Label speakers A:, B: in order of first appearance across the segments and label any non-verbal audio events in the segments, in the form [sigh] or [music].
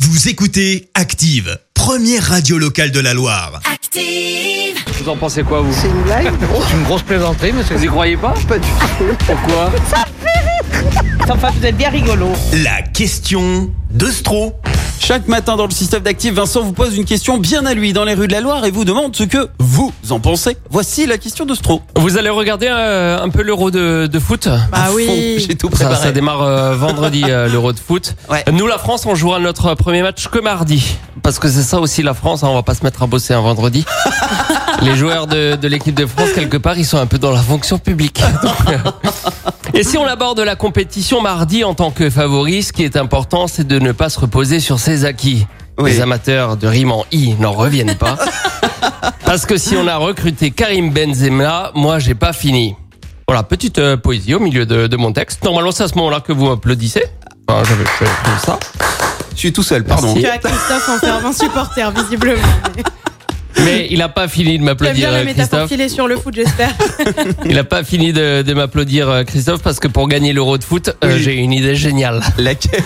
A: Vous écoutez Active, première radio locale de la Loire.
B: Active.
C: Vous en pensez quoi, vous
D: C'est une blague
C: C'est une grosse plaisanterie, monsieur. Vous y croyez pas
D: Pas du tout.
C: Pourquoi
D: Enfin, vous êtes bien rigolo.
A: La question de Stro.
E: Chaque matin dans le système d'actifs, Vincent vous pose une question bien à lui dans les rues de la Loire et vous demande ce que vous en pensez. Voici la question de Stro.
F: Vous allez regarder euh, un peu l'euro de, de foot
E: Ah oui. J'ai tout
F: ça,
E: préparé.
F: ça démarre euh, vendredi euh, l'euro de foot.
E: Ouais.
F: Nous la France, on jouera notre premier match que mardi parce que c'est ça aussi la France. hein, on va pas se mettre à bosser un
E: [laughs]
F: vendredi. Les joueurs de, de l'équipe de France quelque part, ils sont un peu dans la fonction publique. Donc, euh, Et si on aborde la compétition mardi en tant que favori, ce qui est important, c'est de ne pas se reposer sur ses acquis.
E: Oui.
F: Les amateurs de rime en i n'en reviennent pas.
E: [laughs]
F: Parce que si on a recruté Karim Benzema, moi j'ai pas fini. Voilà, petite euh, poésie au milieu de, de mon texte. Normalement, c'est à ce moment-là que vous applaudissez. Enfin, Ah, j'avais fait comme ça.
E: Je suis tout seul, pardon.
F: Merci.
G: Tu as Christophe en servant supporter, visiblement.
F: Mais il a pas fini de
G: Tu as
F: m'applaudir,
G: bien la
F: euh,
G: métaphore
F: Christophe.
G: qu'il est sur le foot, j'espère.
F: Il a pas fini de, de m'applaudir, euh, Christophe, parce que pour gagner l'euro de foot, euh,
E: Oui.
F: j'ai une idée géniale.
E: Laquelle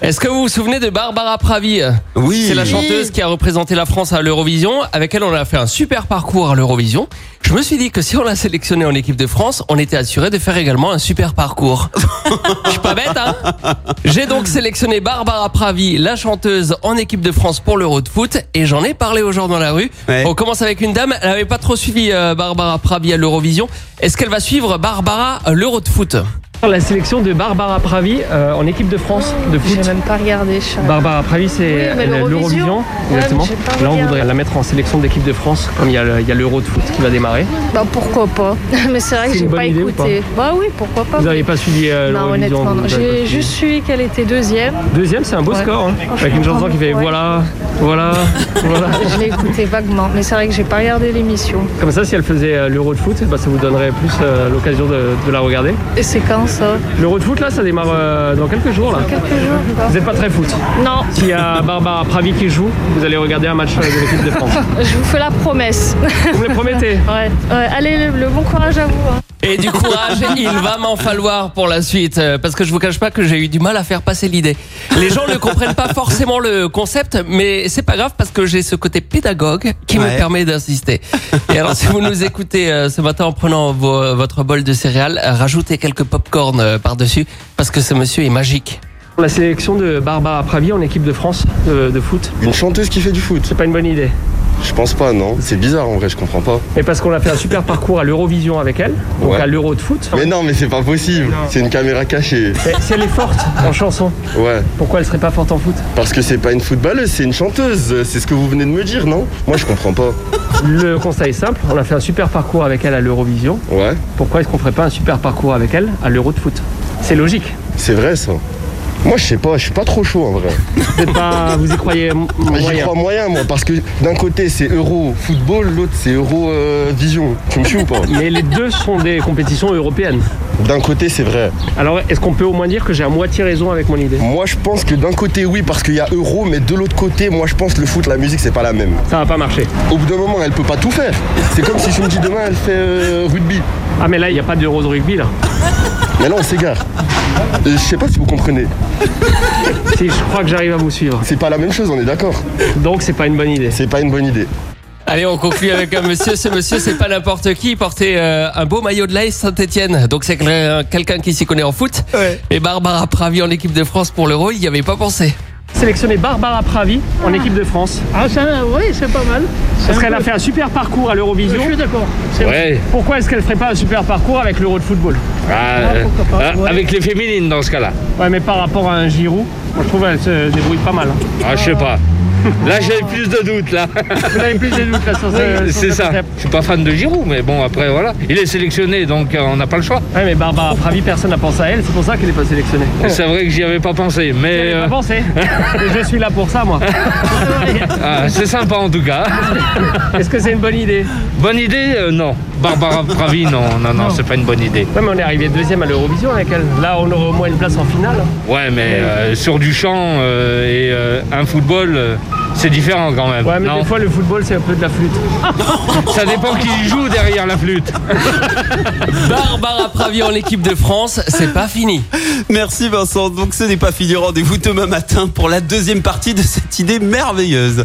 F: Est-ce que vous vous souvenez de Barbara Pravi euh,
E: Oui.
F: C'est la chanteuse qui a représenté la France à l'Eurovision. Avec elle, on a fait un super parcours à l'Eurovision. Je me suis dit que si on l'a sélectionnée en équipe de France, on était assuré de faire également un super parcours. [laughs] Je suis pas bête, hein J'ai donc sélectionné Barbara Pravi, la chanteuse en équipe de France pour l'Euro de foot, et j'en ai parlé aux gens dans la rue.
E: Ouais.
F: On commence avec une dame, elle avait pas trop suivi euh, Barbara Pravi à l'Eurovision. Est-ce qu'elle va suivre Barbara à l'Euro de foot La sélection de Barbara Pravi euh, en équipe de France de foot.
H: J'ai même pas regardé. je-
F: Barbara Pravi,
H: Oui,
F: c'est
H: mais
F: elle-
H: l'Eurovision.
F: l'Eurovision.
H: mais
F: Exactement.
H: j'ai pas hein.
F: Là, on
H: regardé.
F: voudrait la mettre en sélection d'équipe de France, comme il y a le- il y a l'Euro de foot qui va démarrer.
H: Bah pourquoi pas [laughs] Mais c'est vrai
F: C'est
H: que j'ai
F: une bonne
H: pas
F: idée ou
H: écouté. Bah oui, pourquoi pas
F: Vous n'avez pas suivi euh,
H: Non,
F: l'Eurovision
H: Bah, honnêtement, non.
F: vous avez pas
H: j'ai
F: suivi.
H: juste suivi qu'elle était deuxième.
F: Deuxième, c'est un beau
H: Ouais. Oh,
F: score. hein, avec une chanson qui fait
H: Ouais.
F: voilà, voilà, [laughs] voilà.
H: Je l'ai écoutée vaguement, mais c'est vrai que j'ai pas regardé l'émission.
F: Comme ça, si elle faisait euh, l'Euro de foot, bah, ça vous donnerait plus euh, l'occasion de, de la regarder.
H: Et c'est quand ça
F: L'Euro de foot, là, ça démarre euh, dans quelques jours. Là.
H: Quelques jours quoi.
F: Vous n'êtes pas très foot.
H: Non,
F: S'il y a Barbara Pravi qui joue, vous allez regarder un match euh, de l'équipe de France.
H: [laughs] je vous fais la promesse.
F: Vous me le promettez
H: Ouais, ouais, allez, le, le bon courage à vous. hein.
F: Et du courage, il va m'en falloir pour la suite, euh, parce que je vous cache pas que j'ai eu du mal à faire passer l'idée. Les gens ne comprennent pas forcément le concept, mais c'est pas grave parce que j'ai ce côté pédagogue qui
E: Ouais.
F: me permet d'insister. Et alors, si vous nous écoutez euh, ce matin en prenant vos- votre bol de céréales, euh, rajoutez quelques pop-corn euh, par-dessus, parce que ce monsieur est magique. La sélection de Barbara Pravi en équipe de France euh, de, foot,
I: Une chanteuse qui fait du foot
F: c'est pas une bonne idée.
I: Je pense pas, non. C'est bizarre en vrai, je comprends pas.
F: Mais parce qu'on a fait un super parcours à l'Eurovision avec elle,
I: donc Ouais. à
F: l'Euro de foot.
I: Mais non, mais c'est pas possible. C'est une caméra cachée.
F: si elle est forte en chanson,
I: Ouais.
F: pourquoi elle serait pas forte en foot
I: Parce que c'est pas une footballeuse, c'est une chanteuse. C'est ce que vous venez de me dire, non Moi, je comprends pas.
F: Le constat est simple, on a fait un super parcours avec elle à l'Eurovision.
I: Ouais.
F: Pourquoi est-ce qu'on ferait pas un super parcours avec elle à l'Euro de foot C'est logique.
I: C'est vrai, ça. Moi, je sais pas, je suis pas trop chaud en vrai.
F: Vous, êtes pas, vous y croyez m-
I: Mais [laughs] j'y
F: moyen.
I: crois moyen, moi, parce que d'un côté, c'est Euro football, l'autre, c'est Euro euh, vision. Tu me suis ou pas
F: Mais les deux sont des compétitions européennes.
I: D'un côté, c'est vrai.
F: Alors est-ce qu'on peut au moins dire que j'ai à moitié raison avec mon idée
I: Moi, je pense que d'un côté, oui, parce qu'il y a Euro, mais de l'autre côté, moi, je pense que le foot, la musique, c'est pas la même.
F: Ça va pas marcher.
I: Au bout d'un moment, elle peut pas tout faire. C'est comme si tu me dis demain, elle fait euh, rugby.
F: Ah mais là il n'y a pas d'Euro de rugby là.
I: Mais là, on s'égare. Euh, Je sais pas si vous comprenez.
F: Si je crois que j'arrive à vous suivre.
I: C'est pas la même chose, on est d'accord.
F: Donc c'est pas une bonne idée.
I: C'est pas une bonne idée.
F: Allez, on conclut avec un monsieur. Ce monsieur, c'est pas n'importe qui. Il portait euh, un beau maillot de l'AS Saint-Etienne. Donc, c'est cl- quelqu'un qui s'y connaît en foot. Et Barbara Pravi en équipe de France pour l'Euro, il n'y avait pas pensé. Sélectionner Barbara Pravi en équipe de France.
D: Ah, ça, oui, c'est pas mal.
F: Parce qu'elle a fait un super parcours à
D: Je
F: l'Eurovision.
D: suis d'accord.
C: Ouais,
F: Pourquoi est-ce qu'elle ferait pas un super parcours avec l'Euro de football
C: ah, euh,
D: pourquoi pas,
C: ah,
D: ouais.
C: avec les féminines dans ce cas-là.
F: Ouais, mais par rapport à un Giroud, moi, je trouve qu'elle se débrouille pas mal.
C: [laughs]
F: hein.
C: Ah, je sais pas. Là, j'ai plus de doutes, là.
F: Vous avez plus de doutes là sur ce- sur
C: C'est
F: ce
C: ça.
F: concept.
C: Je suis pas fan de Giroud, mais bon, après, voilà. Il est sélectionné, donc euh, on n'a pas le choix.
F: Ouais, mais Barbara Pravi, personne n'a pensé à elle. C'est pour ça qu'elle n'est pas sélectionnée.
C: C'est vrai que j'y avais pas pensé, mais
F: J'avais
C: euh,
F: pas pensé. [laughs] Et je suis là pour ça, moi.
C: ah, c'est sympa en tout cas.
F: Est-ce que c'est une bonne idée
C: Bonne idée euh, Non. Barbara Pravi, non, non, non, c'est pas une bonne idée.
F: Ouais, mais on est arrivé deuxième à l'Eurovision avec elle. Là, on aurait au moins une place en finale.
C: Ouais, mais euh, sur du champ euh, et euh, un football, euh, C'est différent quand même.
B: Ouais, mais
C: non
B: des fois, le football, c'est un peu de la flûte.
C: Ça dépend qui joue derrière la flûte.
F: Barbara Pravi en équipe de France, c'est pas fini.
E: Merci Vincent. Donc ce n'est pas fini. Rendez-vous demain matin pour la deuxième partie de cette idée merveilleuse.